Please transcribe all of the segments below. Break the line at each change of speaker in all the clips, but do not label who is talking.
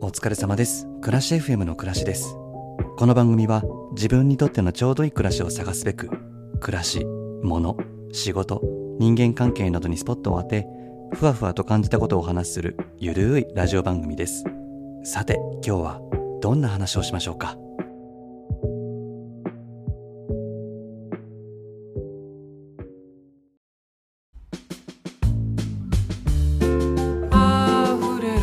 お疲れ様です暮らし FM の暮らしですこの番組は自分にとってのちょうどいい暮らしを探すべく暮らし物仕事人間関係などにスポットを当てふわふわと感じたことをお話しするゆるいラジオ番組ですさて今日はどんな話をしましょうか
あふれる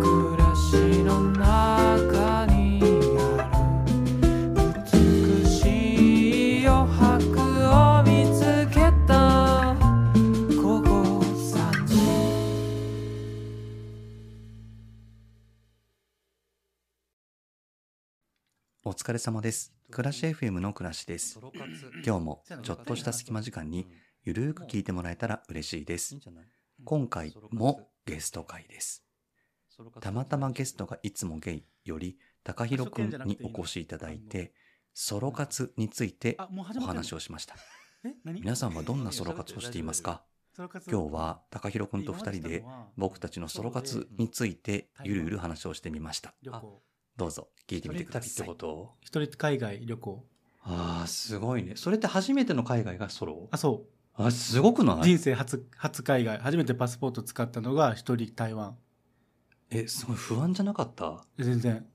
暮らしの中にある美しい余白を見つけたここさ
お疲れ様です暮らし FM の暮らしです今日もちょっとした隙間時間にゆるーく聞いてもらえたら嬉しいです今回もゲスト会ですたまたまゲストがいつもゲイより高弘くんにお越しいただいてソロ活について
あ、も
お
う始まってんの
話をしました
え何
皆さんはどんなソロ活をしていますか今日は高弘くんと2人で僕たちのソロ活についてゆるゆる話をしてみました
旅行
どうぞ聞いてみてくださいと
一人海外旅行
ああすごいねそれって初めての海外がソロ
あそ
あすごく
う、
ない
人生初初海外初めてパスポート使ったのが一人台湾
えすごい不安じゃなかった
全然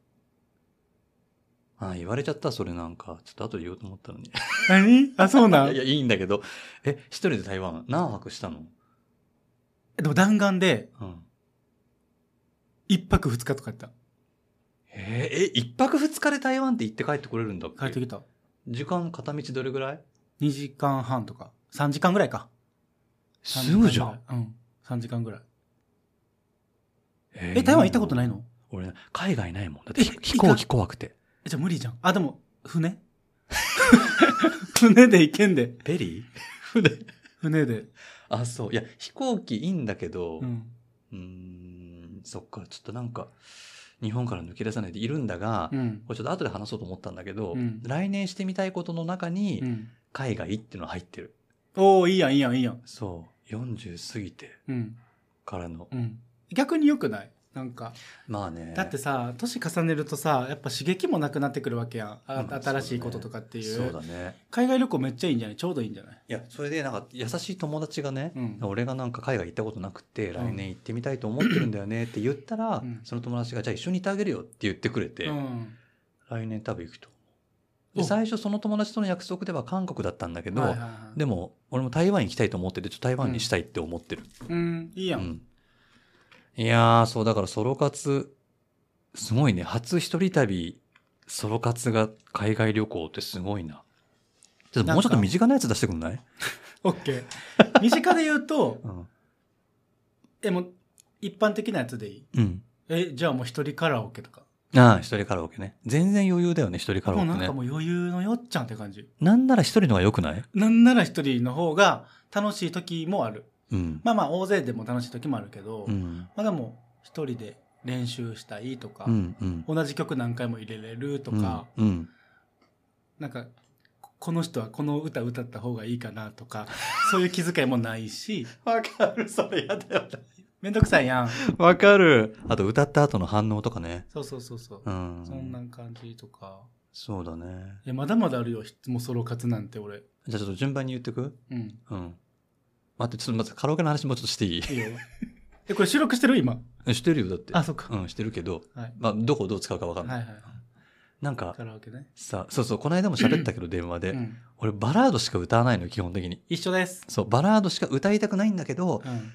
あ言われちゃったそれなんかちょっと後で言おうと思ったのに
何あそうな ん
いや、いやいいんだけど。え、一人で台湾何泊したの
でも弾丸で
うん。
一泊二日とかやった
えーえ、一泊二日で台湾って行って帰ってこれるんだっけ
帰ってきた
時間片道どれぐらい
2時間半とか3時間ぐらいか
すぐじゃん。
うん3時間ぐらい
え
え台湾行ったことないの
俺、海外ないもん。だって
え
飛飛行機怖くて。
えじゃあ無理じゃんあでも船 船で行けんで
ペリー
船で
あ、そう。いや、飛行機いいんだけど、
う
うんーん、そっか。ちょっとなんか、日本から抜け出さないでいるんだが、
うん
これちょっと後で話そうと思ったんだけど、
うん
来年してみたいことの中
う
に、
ん
海外っていうのが入ってる。
おおいいやんいいやんいいやん
そう。40過ぎて
うん
からの
うん逆に良くないなんか
まあね。
だってさ年重ねるとさやっぱ刺激もなくなってくるわけやん、あ
まあ
新しいこととかっていう
そうだね。
海外旅行めっちゃいいんじゃないちょうどいいんじゃない
いや、それでなんか優しい友達がね、
うん
俺がなんか海外行ったことなくて、
ん
来年行ってみたいと思ってるんだよねって言ったら、
うん
その友達がじゃあ一緒に行ってあげるよって言ってくれて、
うん
来年多分行くと思う。で
お
最初その友達との約束では韓国だったんだけど、
はいはいはい
でも俺も台湾行きたいと思ってて、ちょっと台湾にしたいって思ってる。
うんいいやん、
うんいやー、そうだからソロ活、すごいね。初一人旅、ソロ活が海外旅行ってすごいな。ちょっともうちょっと身近なやつ出してくんない
オッケー身近で言うと
うん。
でもう一般的なやつでいい
うん。
えじゃあもう一人カラオケとか
ああ、一人カラオケね。全然余裕だよね、一人カラオ
も
ケね。
うなん
な
か
ん
もう余裕のよっちゃんって感じ
なら一人のが良くない
なんなら一人の方が楽しい時もある
うん。
まあまあ大勢でも楽しい時もあるけど、
うん。
まあでも一人で練習したいとか、
うん。うん。
同じ曲何回も入れれるとか、
うん。うん。
なんかここの人はこの歌歌った方がいいかなとか そういう気遣いもないし
わかる、それやだよ。
めんどくさいやん
わかる。あと、歌った後の反応とかね。
そうそうそうそう、
うん。
そんな感じとか
そうだね。
いやまだまだあるよもうソロ活なんて俺
じゃあちょっと順番に言ってく
うん
うん。待って、ちょっと待って、カラオケの話もうちょっとしていい
いいよ えこれ収録してる今
え してるよ、だって。
あそっか、
うん、してるけど、
はい
まあ、どこをどう使うかわかんな。
はいいはい
なんか
カ、ラオケね、
さ、そうそう、この間も喋ったけど、電話で、
うん、
俺、バラードしか歌わないのよ、基本的に。
一緒です、
そう、バラードしか歌いたくないんだけど、
うん、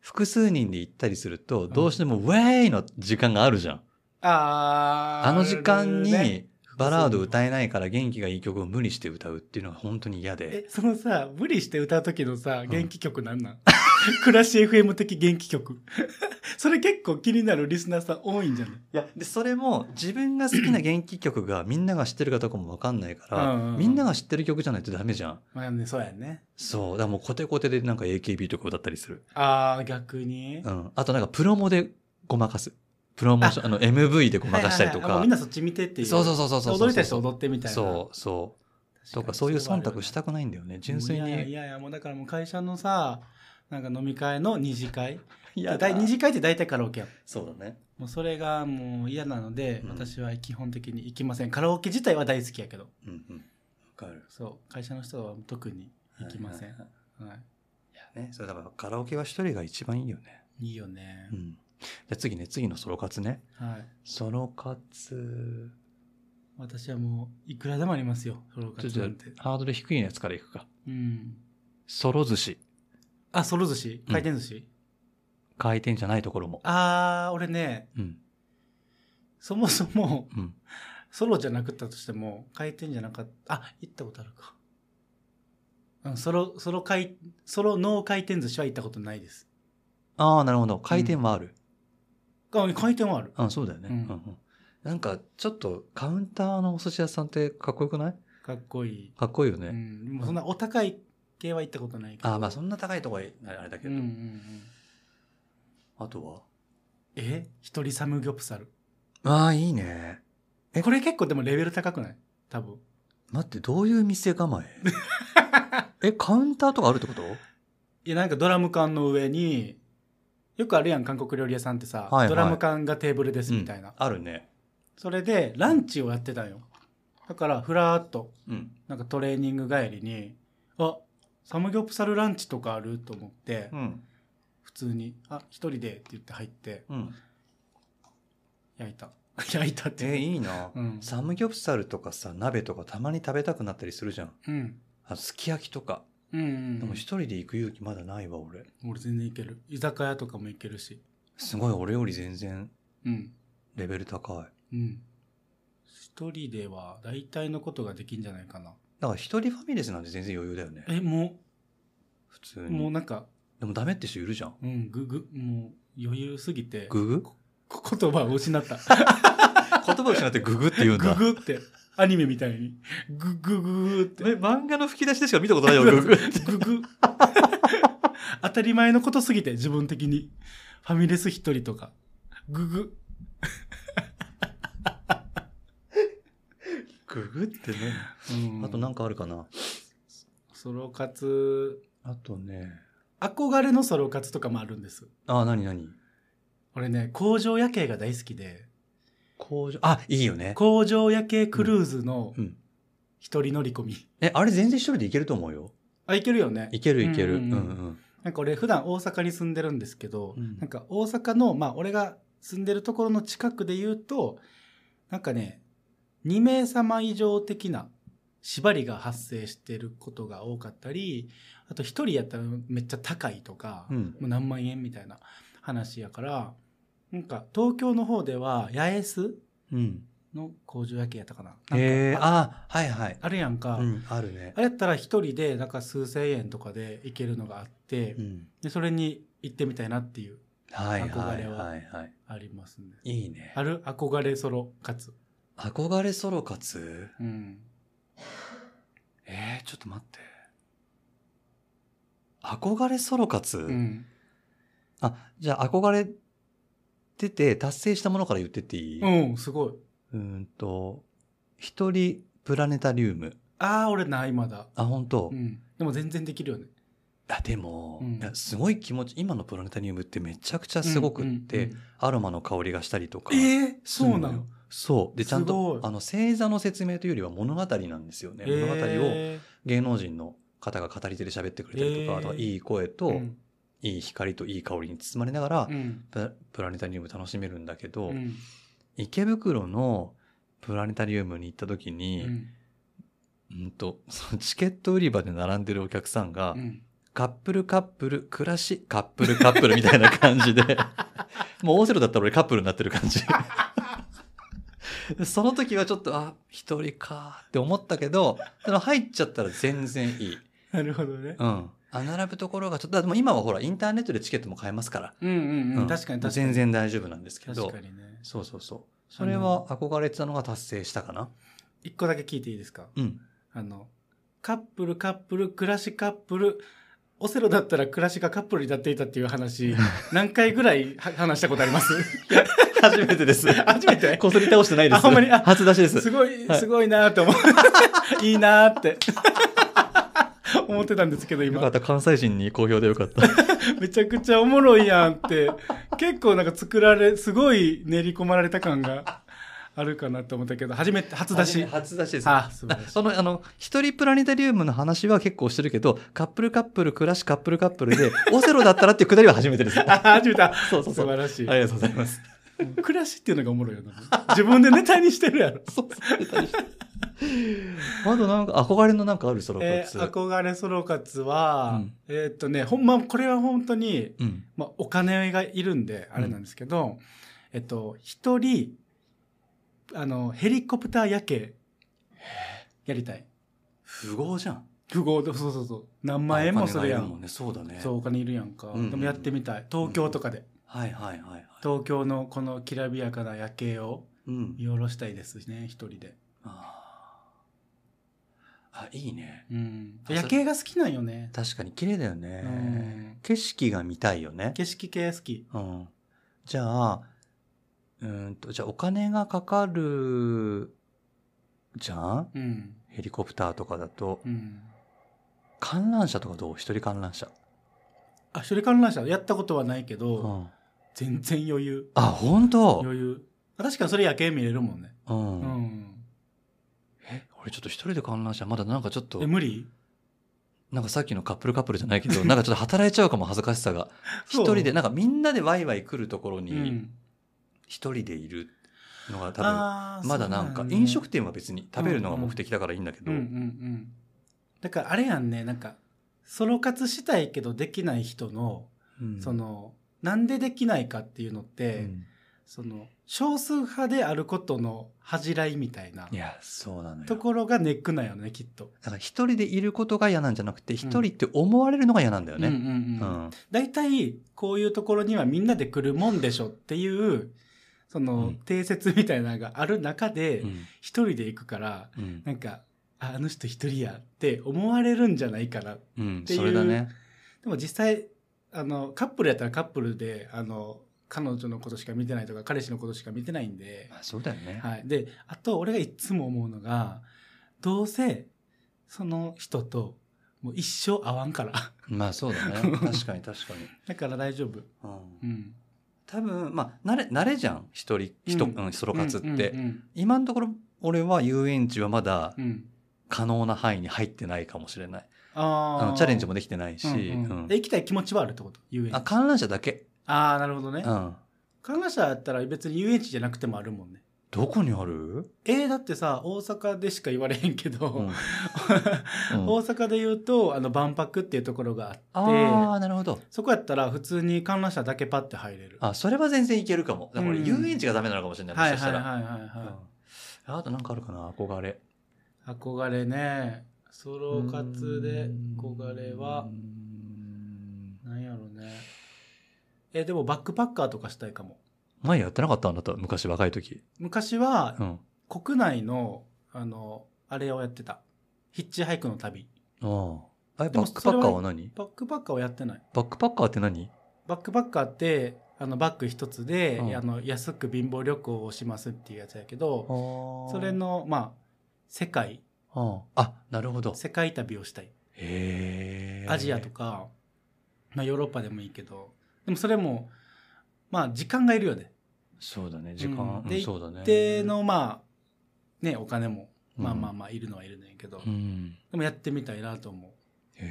複数人で行ったりすると、どうしても、ウェーイの時間があるじゃん。
あー
あの時間
あるね
に、バラード歌えないから元気がいい曲を無理して歌うっていうのが本当に嫌で。
えそのさ無理して歌う時のさ元気曲なん なん、暮らし FM 的元気曲 それ結構気になるリスナーさん多いんじゃない
いや、で、それも自分が好きな元気曲がみんなが知ってるかとかもわかんないから、
うんうんうん
みんなが知ってる曲じゃないとダメじゃん。
まあねそうやね
そう。だからもうコテコテでなんか AKB とか歌ったりする。
ああ逆に、
うん。あとなんかプロモでごまかす。プロモーション、あの MV でごまかしたりと
はいはいはいあも
か
うみん。なそっち見てっていう
そうそうそうそうそう。
踊りたい人踊ってみたいな
そうそう。とかそういう忖度したくないんだよね。純粋
いやい
に。
やいやもうだからもう会社のさなんか飲み会の二次会
やだ
第二次会って大体カラオケやん
そうだね。
もうそれがもう嫌なので、
うん
私は基本的に行きませんカラオケ自体は大好きやけど
うんうん。わかる。
そう会社の人は特に行きません
はい
は
はい
い、
はいね、それだからカラオケは一人が一番いいよね。
い、いよね
う、ん。じゃあ次ね、次のソロ活ね。
はい
ソロ活。
私はもういくらでもありますよソロ
ちょっ
活
と
なんて
ハードル低いやつからいくか。
うん
ソロ寿司。
あソロ寿司
うん
回転寿司、
回転じゃないところも。
あー俺ね
うん。
そもそも
うん。
ソロじゃなかったとしても回転じゃなかったあ行ったことあるかうんソロソロ回ソロノー回転寿司は行ったことないです
ああ、なるほど。回転はある。
あ回転はある
うん、そうだよね。
うん
うんうんなんか、ちょっと、カウンターのお寿司屋さんってかっこよくない
かっこいい、
かっこいいよ
う
ね。
ん、もうそんなお高い系は行ったことないけど
ああ、まあ、そんな高いとこはあれだけ
うん
ど。
うんうん
あとは
え一人サムギョプサル
ああ、いいね。え
これ結構でもレベル高くない多分
待って、どういう店構え え、カウンターとかあるってこと
いやなんかドラム缶の上によくあるやん韓国料理屋さんってさ、
はいはい
ドラム缶がテーブルですみたいな、
あるね。
それでランチをやってたんよだからふらーっと
うん。
なんかトレーニング帰りにあサムギョプサルランチとかあると思って、
うん。
普通に「あ一人で」って言って入って
うん。
焼いた 焼いたっていう
え、いいな。
うん、
サムギョプサルとかさ、鍋とかたまに食べたくなったりするじゃん。
うん
あすき焼きとか。
うんうん
で
うん
も一人で行く勇気まだないわ、俺。
俺全然いける居酒屋とかもいけるし
すごい、俺より全然
うん
レベル高い。
うん一人では大体のことができんじゃないかな
だから一人ファミレスなんて全然余裕だよね。
えも
普通
う、もう
に。
なんか
でもダメって人いるじゃん。
うんぐぐもう余裕すぎて
ググ
こ言葉を失 った
言葉を失ってググって言うんだ。
ググってアニメみたいにググググって
え漫画の吹き出しでしか見たことないよ、ググ。
ググ 当たり前のことすぎて自分的にファミレス一人とかググ
ググってね。
うん
あとなんかあるかな。
ソロ活
あとね。
憧れのソロ活とかもあるんです
あ、なになに
俺ね工場夜景が大好きで
工場、あ、いいよね。
工場夜景クルーズの
うん。
一人乗り込み、
え、あれ全然一人で行けると思うよ。
あいけるよね
行ける行ける。う
うん
ん
う
うん
うん
ん。
なんか俺普段大阪に住んでるんですけど、
うん
なんか大阪のまあ俺が住んでるところの近くで言うとなんかね2名様以上的な縛りが発生してることが多かったりあと1人やったらめっちゃ高いとか、
う
も
ん。
う何万円みたいな話やからなんか東京の方では八重洲
うん。
の工場夜景やったかななんか
えー、
あ
あ、はいはい。
あるやんか、
うん、あるね
あ。れやったら1人でなんか数千円とかで行けるのがあって、
うん。
でそれに行ってみたいなっていう
はいは
憧
い
れは
はいはい。
ありますね
いいね。
ある憧れソロ活
憧れソロ活
うん
えー、ちょっと待って。憧れソロ活、
うん
あ、じゃあ憧れてて達成したものから言ってっていい、
う
うん
すごい
ーんと、一人プラネタリウム。
ああ俺ないまだ
あ、本当、
うんでも全然できるよね
あでも、
うん
いやすごい気持ち、今のプラネタリウムってめちゃくちゃすごくって、
うんうんうん
アロマの香りがしたりとか。
えー、そうなの
そう。で、ちゃん
すごい
と、あの、星座の説明というよりは物語なんですよね。物語を
えー
芸能人の方が語り手で喋ってくれたりとか、
えー
あとはいい声と、
うん
いい光といい香りに包まれながら、
うん
ププラネタリウム楽しめるんだけど、
うん
池袋のプラネタリウムに行った時
う
に、
ん
うんと、そのチケット売り場で並んでるお客さんが、
うん
カップルカップル、暮らし、カップルカップルみたいな感 じで、もうオセロだったら俺カップルになってる感じ。その時はちょっと、あ、一人かって思ったけど、でも入っちゃったら全然いい。
なるほどね
うん。あ、並ぶところがちょっと、でも今はほら、インターネットでチケットも買えますから。
うんうんう
うんん
確かに確かに
全然大丈夫なんですけど
確かにね
そうそうそうそれは憧れてたのが達成したかな
一個だけ聞いていいですか
うん
あのカップルカップルクラシカップルオセロだったらクラシがカップルになっていたってい う話何回ぐらいは話したことあります
初めてです
初めて
こすり倒してないです
あほんまにあ
初出しです
すごい、
は い
すごいなーって思う。いいなーって。 思ってたんですけど
よか
今
った関西人に好評でよかった
めちゃくちゃおもろいやんって結構なんか作られすごい練り込まれた感があるかなと思ったけど初めて初出し
初出しです
あ素晴らしい
そのあの一人プラネタリウムの話は結構してるけどカップルカップル暮らしカップルカップル でオセロだったらっていうくだりは初めて です
あ 初めてあ
そうそ
素
うそうあ
晴らしい
りがとうございます
暮らしっていうのがおもろいよな自分でネタにしてるやろ
そうそうあとなんか憧れのなんかあるソロ
え
活、
ー憧れソロ活は、
うん
えーっとねほんまこれは本当に、
うん
まあ、お金がいるんであれなんですけど、えっと一人あのヘリコプター夜景やりたい
富豪じゃん。
富豪でそうそうそう何万円もする
あ
や
お金がいも
ん
ね。そうだね。
そうお金いるやんか、
うん
でもやってみたい東京とかで、
はいはいはいはい。
東京のこのきらびやかな夜景を
うん。
見下ろしたいですね一人で、
あーあ、いいね。
うん、
あそ
夜景が好きなんよね、
確かに綺麗だよ
う
ね。
ん、
景色が見たいよね。
景色系好き
うん。じゃあ、うーんと、じゃあお金がかかる、じゃん
うん
ヘリコプターとかだと
う。ん
観覧車とかどう一人観覧車。
あ一人観覧車やったことはないけど、
うん。
全然余裕
あ、本当
余裕確かにそれ夜景見れるもんね
う。
うんん
え、俺ちょっと一人で観覧車、まだなんかちょっと
え、無理
なんかさっきのカップルカップルじゃないけ どなんかちょっと働いちゃうかも恥ずかしさが
そ
一
う
人でなんかみんなでワイワイ来るところ
う
に
ん
一人でいるのが多分、
あー
まだなん
そ
か
うやね
飲食店は別に食べるのが目的だからいいんだけ
う
ど
んうんうんだからあれやんねなんかソロ活したいけどできない人の、
うん
そのなんでできないかっていうのって、
うん
その少数派であることの恥じらいみたいない
や、そうなのよ。
ところがネックなんよねきっと、
だから一人でいることが嫌なんじゃなくて、一人って思われるのが嫌なんだよ
うん
ね。
うん
う
うん
ん。
大体こういうところにはみんなで来るもんでしょっていうその、
うん
定説みたいなのがある中で
うん
一人で行くから
うん
なんかああの人一人やって思われるんじゃないかなで
うん、
ていう
それだね。
も実際あのカップルやったらカップルであの彼女のことしか見てないとか彼氏のことしか見てないんで、
まあ、そうだよね。
はい、であと俺がいつも思うのがどうせその人ともう一生会わんから
まあ、そうだね。確かに、確かに。
だから大丈夫、
うん
うん、
多分、まあ、慣れ、慣れじゃん。一人、一、
うん
うん、ソロ活って。
うんうん
今のところ、俺は遊園地はまだ
うんうん
可能な範囲に入ってないかもしれない。あ
あ
の
ー
チャレンジもできてないし、
うんうん
うん
え行きたい気持ちはあるってこと遊園地
あ、観覧車だけ。
ああなるほどね
うん。
観覧車やったら別に遊園地じゃなくてもあるもんね
どこにある、
えー、だってさ大阪でしか言われへんけど、
うん
大阪で言うとあの万博っていうところがあ
あ
って
あ、なるほど。
そこやったら普通に観覧車だけパッて入れる
あ、それは全然いけるかも。だからこれ
うん
遊園地がダメなのかもしれない。も
は
し
い
かし
はい
た
はい
ら
はいはい、
うんあとなんかあるかな憧れ
憧れねソロ活で憧れはなんやろねえでもバックパッカーとかしたいかも
前やってなかったんだと昔若い時
昔は
うん
国内のあのあれをやってたヒッチハイクの旅
あ
あれ
でも
バックパッカーは何
バックパッカーはやってない
バックパッカーって何
バックパッカーってあのバッグ一つで、
うん
あの安く貧乏旅行をしますっていうやつやけどそ
そ
れのまあ世界
ああなるほど
世界旅をしたい
へー
アジアとか、まあ、ヨーロッパでもいいけどでもそれもまあ時間がいるよね
そうだね時間
うん
う
で
んそうだね
一定のまあねお金も
うん
まあまあまあいるのはいるねんけど、
うん
でもやってみたいなと思う
へ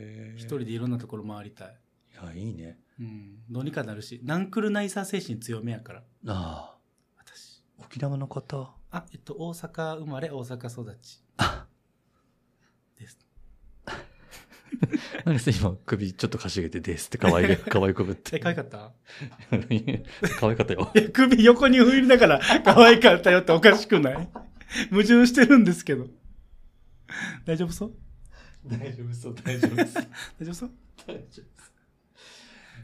え
一人でいろんなところ回りたい、
いやいいね
うん、どうにかなるしナンクルナイサー精神強めやから
ああ
私
沖縄の方
あえっと大阪生まれ大阪育ちです
何せ今首ちょっとかしげてですって可愛 い可愛くぶって
え可愛かった
可愛かったよ
いや首横に振りながら可愛かったよっておかしくない矛盾してるんですけど大丈夫そう
大丈夫そう大丈夫そう
大丈夫そう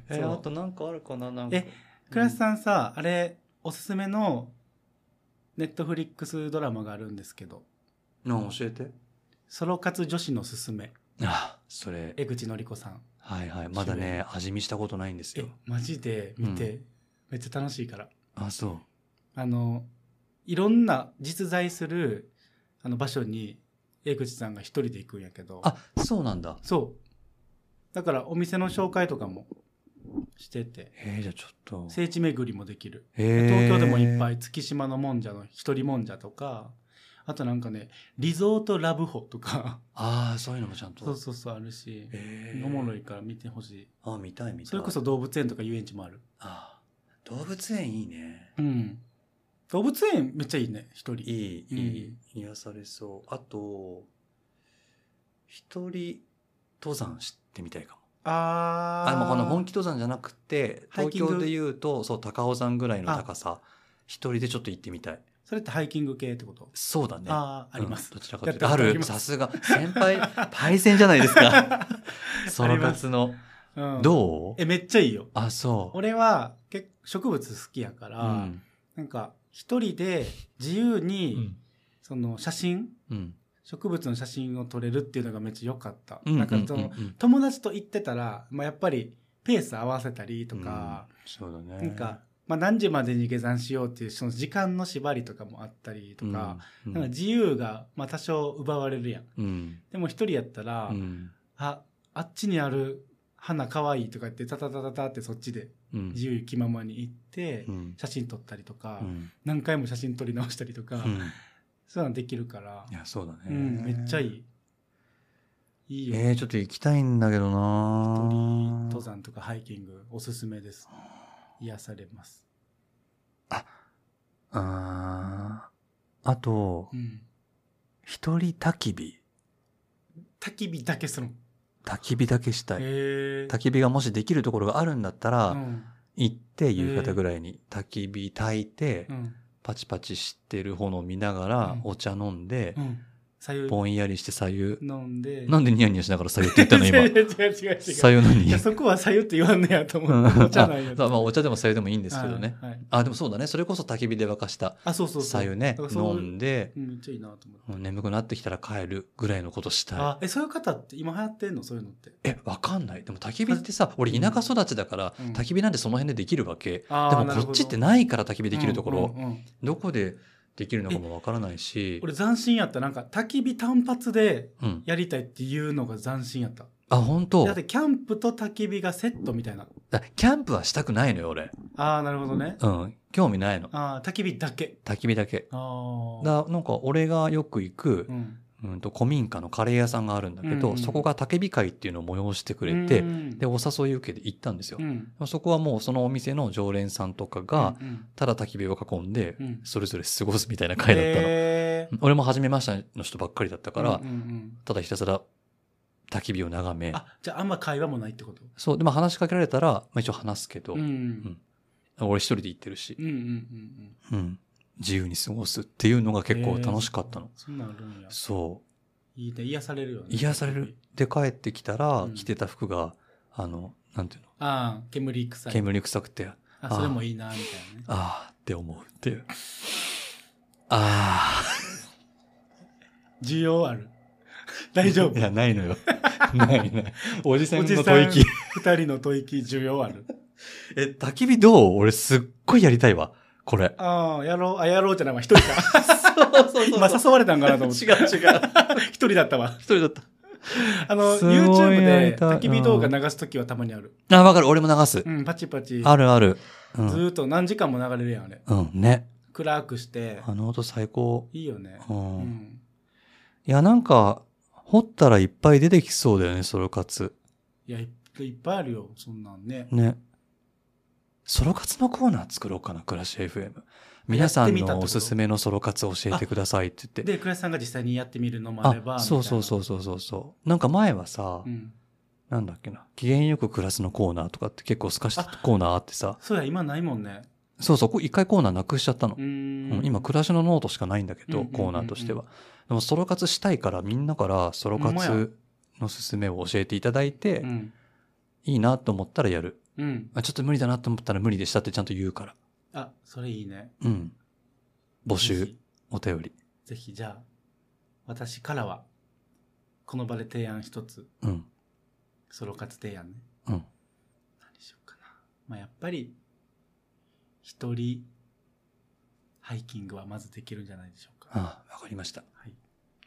え
そう
ーあとなんかあるかななんか
え倉石さんさ、あれおすすめのネットフリックスドラマがあるんですけど
うん教えて
ソロ活女子のすすめ
あそれ
江口のり子さん
はいはいまだね味見したことないんです
え
よ
マジで見て、めっちゃ楽しいから
あそ
あのいろんな実在するあの場所に江口さんが一人で行くんやけど
あそうなんだ
そうだからお店の紹介とかもしてて
えー、じゃあちょっと
聖地巡りもできる
東
東京でもいっぱ
い
い月島のもんじゃの一人もんじゃとかあとなんかねリゾートラブホとか
ああそういうのもちゃんと
そうそうそうあるし
えー
おもろいから見てほしい
あ見たい見たい
それこそ動物園とか遊園地もある
あー動物園いいね
うん動物園めっちゃいいね一人
いい
うん
いい、癒されそうあと一人登山してみたいかも
あ
あ
ー
でもこの本気登山じゃなくて
ハイ
東
キング
京でいうとそう高尾山ぐらいの高さ一人でちょっと行ってみたい
それってハイキング系ってこと、
そうだね
あああります、
うんどちらかというと
や
あ
ったことあり
る
ます
さすが先輩パイセンじゃないです かその活の
うん
どう
えめっちゃいいよ
あそう
俺は結構植物好きやから、
うん
なんか一人で自由
う
に、
ん
その写真
うん
植物の写真を撮れるっていうのがめっちゃ良かった、
うん
なんかその、
うんうん
友達と行ってたら、まあ、やっぱりペース合わせたりとか、
そうだね
なんか、まあ、何時までに下山しようっていうその時間の縛りとかもあったりとか,、
うん
なんか自由がまあ多少奪われるやん
うん
でも一人やったら、
うん
ああっちにある花かわいいとか言ってタタタタタってそっちで
うん
自由気ままに行って
うん
写真撮ったりとか、
うん
何回も写真撮り直したりとか、
うん
そういうのできるから
い、やそうだね
うん、めっちゃいいいいよ、
えーちょっと行きたいんだけどな
一人登山とかハイキングおすすめです癒されます、
あーあと
うん、
一人焚き火
焚き火だけするの
焚き火だけしたい
へえ
焚き火がもしできるところがあるんだった
う
ら
ん
行って夕方ぐらいに焚き火焚いて
うん
パチパチしてる炎見ながら
うん
お茶飲んで
うん左右
ぼんやりして左右
飲んで
なんでニヤニヤしながら左右って言ったの
違う
今
違う違う違う
左右
い
何
やそこは左右って言わんねやと思
うん
うお茶なんや
あ そうまあお茶でも左右でもいいんですけどね
はいはい
あでもそうだねそれこそ焚き火で沸かした
あそうそうそう
左右ね
だからそう
飲んで
うんめっちゃいいなと思って
もう眠くなってきたら帰るぐらいのことしたい
あえそういう方って今流行ってんのそういうのって
えわかんないでも焚き火ってさ俺田舎育ちだから
うん
焚き火なんてその辺でできるわけ
あ
で
ー
も
なるほ
こ
ど
っちってないから焚き火できるところ、
うんうんうん
どこでできるのかもわからないし、
俺斬新やったなんか焚き火単発で
うん、
やりたいっていうのが斬新やった
あ本当
だってキャンプと焚き火がセットみたいな
だキャンプはしたくないのよ俺、
ああなるほどね
うん、興味ないの
ああ焚き火だけ
焚き火だけ
ああ
だなんか俺がよく行く
う、ん
うん、と古民家のカレー屋さんがあるんだけど、
うんうん
そこが焚き火会っていうのを催してくれて、
うん
でお誘い受けて行ったんですよ
う、ん
そこはもうそのお店の常連さんとかが
うん
ただ焚き火を囲んで
うんうん
それぞれ過ごすみたいな会だったの、
へー
俺も初めましての人ばっかりだったから、
うんうんうん
ただひたすら焚き火を眺め
あじゃああんま会話もないってこと
そうでも話しかけられたら、まあ、一応話すけど、
うんうん
俺一人で行ってるし
う、んうんうん
うん自由に過ごすっていうのが結構楽しかったの、
そんなんあるんや
そ
いいね癒されるよね
う癒されるで帰ってきたら、
うん
着てた服があのなんていうの
ああ煙臭い
煙臭くて
あそれもいいなみたいなね
ああって思うっていうあ
需 要ある大丈
あ
夫
いやない のよないないおじさん
お
の
じ
吐
さん
息
二人の吐息需要ある
え焚き火どう俺すっごいやりたいわこれ
ああやろうあやろうじゃないわ一人 か
そうそう
今誘われたんかなと思って。
違う違う
一人だったわ。
一人だった
あの、
すごいやりたい
YouTube で焚き
うん
火動画流すときはたまにある。
あわかる俺も流す、
うん、パチパチ。
あるあるう
ず
ん、
ーっと何時間も流れるやん、あれ。
うん、ね
暗くして。
あの音最高
いいよね。
う、
うん
い
ん。
やなんか掘ったらいっぱい出てきそうだよねソロ活
いや、いいっぱいあるよ、そんなんね。
ねソロ活のコーナー作ろうかな暮らし FM 皆さん
やってみたって
の
こと
おすすめのソロ活教えてくださいって言って
で、倉石さんが実際にやってみるのもあれば。。
あそうそうそううそうそうそうなんか前はさ、
うん。
なんだっけな機嫌よく暮らすのコーナーとかって結構すかしたコーナーあってさ
そうや、今ないもんね。
そうそうこう一回コーナーなくしちゃったの
う、ん
うん、今暮らしのノートしかないんだけど、
うんうんうんうん
コーナーとしてはでもソロ活したいからみんなからソロ
ほんまや
活のすすめを教えていただいて、
うん。
いいなと思ったらやる
うん。
あちょっと無理だなと思ったら無理でしたってちゃんと言うから
あ、それいいね。
うん募
ぜ
集
ひ。
お便り
ぜひ、じゃあ、私からは、この場で提案一つ。
うん
ソロ活提案ね。
うん
何しようかな。まあ、やっぱり、一人、ハイキングはまずできるんじゃないでしょうか。
ああわかりました
はい。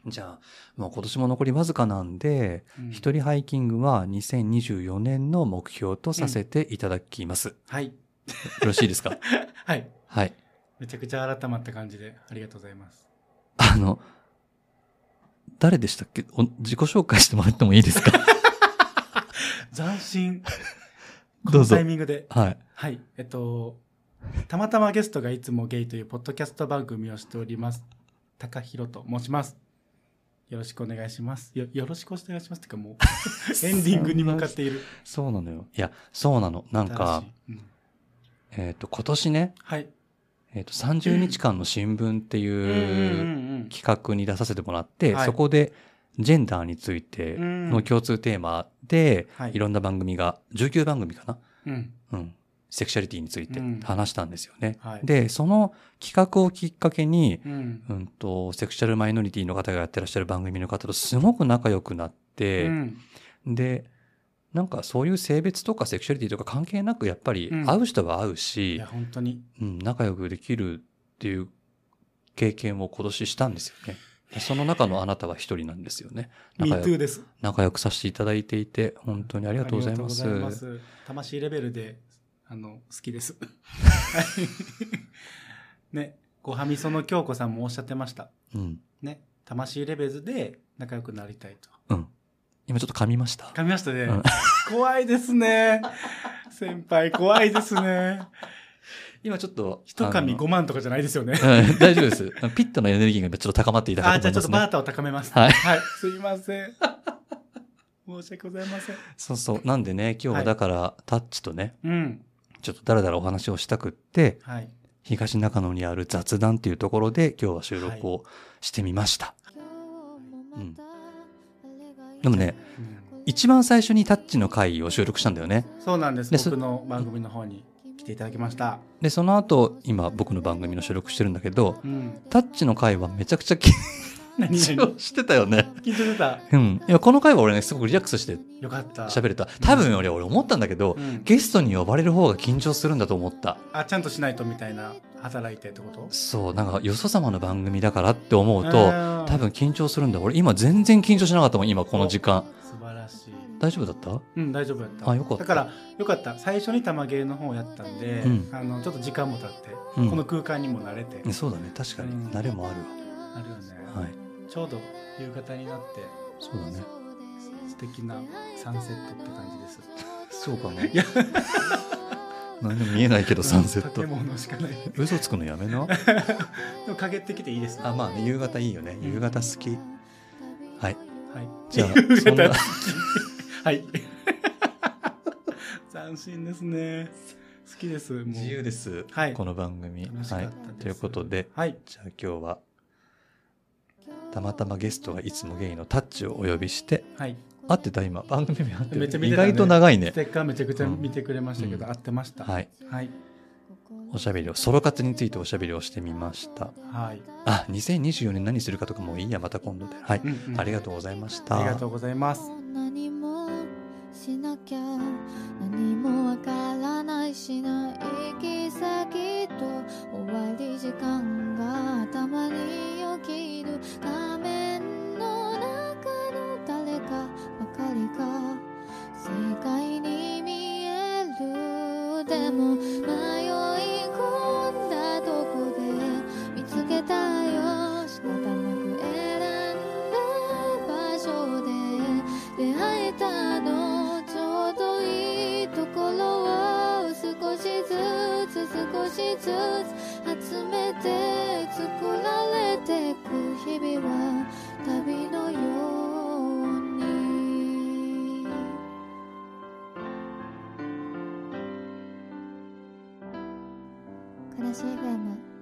じゃあ、もう今年も残りわずかなんで、
うん
一人ハイキングは2024年の目標とさせていただきます。よ
はい。
ろしいです か
はい。
はい。
めちゃくちゃ改まった感じで、ありがとうござい ます。
あの、誰でしたっけお自己紹介してもらってもいいです か
斬新。
どうぞ
このタイミングで。
はい。
はい。えっと、たまたまゲストがいつもゲイというポッドキャスト番組をしております。高弘と申します。よろしくお願いします。よ、よろしくお願いします。てかもう、エンディングに向かっている。
そうなのよ。いや、そうなの。なんか
新、しいうん
えっ、と、今年ね、
はい。
えっ、と、30日間の新聞ってい
うん
う
うん
企画に出させてもらって、
はい
そこでジェンダーについて
うん
の共通テーマで、
はい
いろんな番組が、19番組かな
うん。うん。
うん、セクシャリティについて
うん
話したんですよね。
はい
で、その企画をきっかけに、
うん。
うんと、セクシャルマイノリティの方がやってらっしゃる番組の方とすごく仲良くなっ
う
て、
ん
で、なんかそういう性別とかセクシャリティとか関係なくやっぱり
うん
会う人は会う
い
し
や、、本当に。
うん、仲良くできるっていう経験を今年したんですよね。その中のあなたは一人なんですよね。仲良く
MeToo です。
仲良くさせていただいていて、本当にありがとうございます
あ。りがとうございます魂レベルで、あの、好きです。ね、ごはみその京子さんもおっしゃってました。
うん、
ね、魂レベルで仲良くなりたい
う
と。
ん。今ちょっと噛みました。
噛みましたね。
うん
怖いですね。先輩、怖いですね。
今ちょっと。
一
あ
噛
の
5万とかじゃないですよね。
うん大丈夫です。 ピットのエネルギーが今ちょっと高まっていたか
あ、
と
じゃ
思
あ
い
ち
ま
ょっと
す
バ
ね
ー。ターを高めます。
はい
はい、すいません。申し訳ございません。
そうそう。なんでね、今日はだから、タッチとね、
うん。
ちょっとだらだらお話をしたくって、
はい。
東中野にある雑談っていうところで今日は収録をしてみました。
うん、でもね、
うん
一番最初にタッチの回を収録したんだよね。
そうなんです。
でそ
僕の番組の方に来ていただきました。
で、その後、今僕の番組の収録してるんだけど、
うん。
タッチの回はめちゃくちゃ緊
何
張してたよね。
緊張してた。
うん。いや、この回は俺ね、すごくリラックスして
よかった。
喋れた。多分俺、俺思ったんだけど
う、ん。
ゲストに呼ばれる方が緊張するんだと思った。
あ、ちゃんとしないとみたいな、働いてってこと
そう、なんか、よそ様の番組だからって思うと、
あー
多分緊張するんだ。俺、今全然緊張しなかったもん、今この時間。
素晴らしい。
大丈夫だった
うん、大丈夫やった。
あよかった
だから、よかった。最初に玉芸の方をやったんで、
うん
あの、ちょっと時間も経って、
うん
この空間にも慣れて、
そうだね、確かに
うん。
慣れもある
あるよね、
わ。はい。
ちょうど夕方になって、
そうだね。
素敵なサンセットって感じです。
そうかな。いや、 何も見えないけど、サンセット
建。物しかない。
嘘つくのやめな。
でも、陰ってきていいですね。
あ、まあね、夕方いいよね。夕方好き。はい。
はい。
じ ゃあ
夕
そんな
方好き。はい。 斬新ですね。好きです。もう
自由です。
はい
この番組。
楽しか
は
った
い
です。
ということで、
はい。
じゃあ今日は、たまたまゲストがいつもゲイのタッチをお呼びして、
はい。
合ってた今番組合って
めっちゃ
る、
見
意
てたね
外と長いね
ステッカーめちゃくちゃ見てくれましたけど、
うん
合ってました。
はい
はい。
おしゃべりをソロ活についておしゃべりをしてみました
はい。
あ2024年何するかとかもういいやまた今度ではい、
うんうん
ありがとうございました
ありがとうございます。
何もしなきゃ何もわからないしない行き先と終わり時間が頭に起きる画面の中の誰かばかりが世界に見えるでも迷い込んだとこで見つけたよ仕方なく選んだ場所で出会えたのちょうどいいところを少しずつ少しずつ集めて作られてく日々は旅のように暮らし FM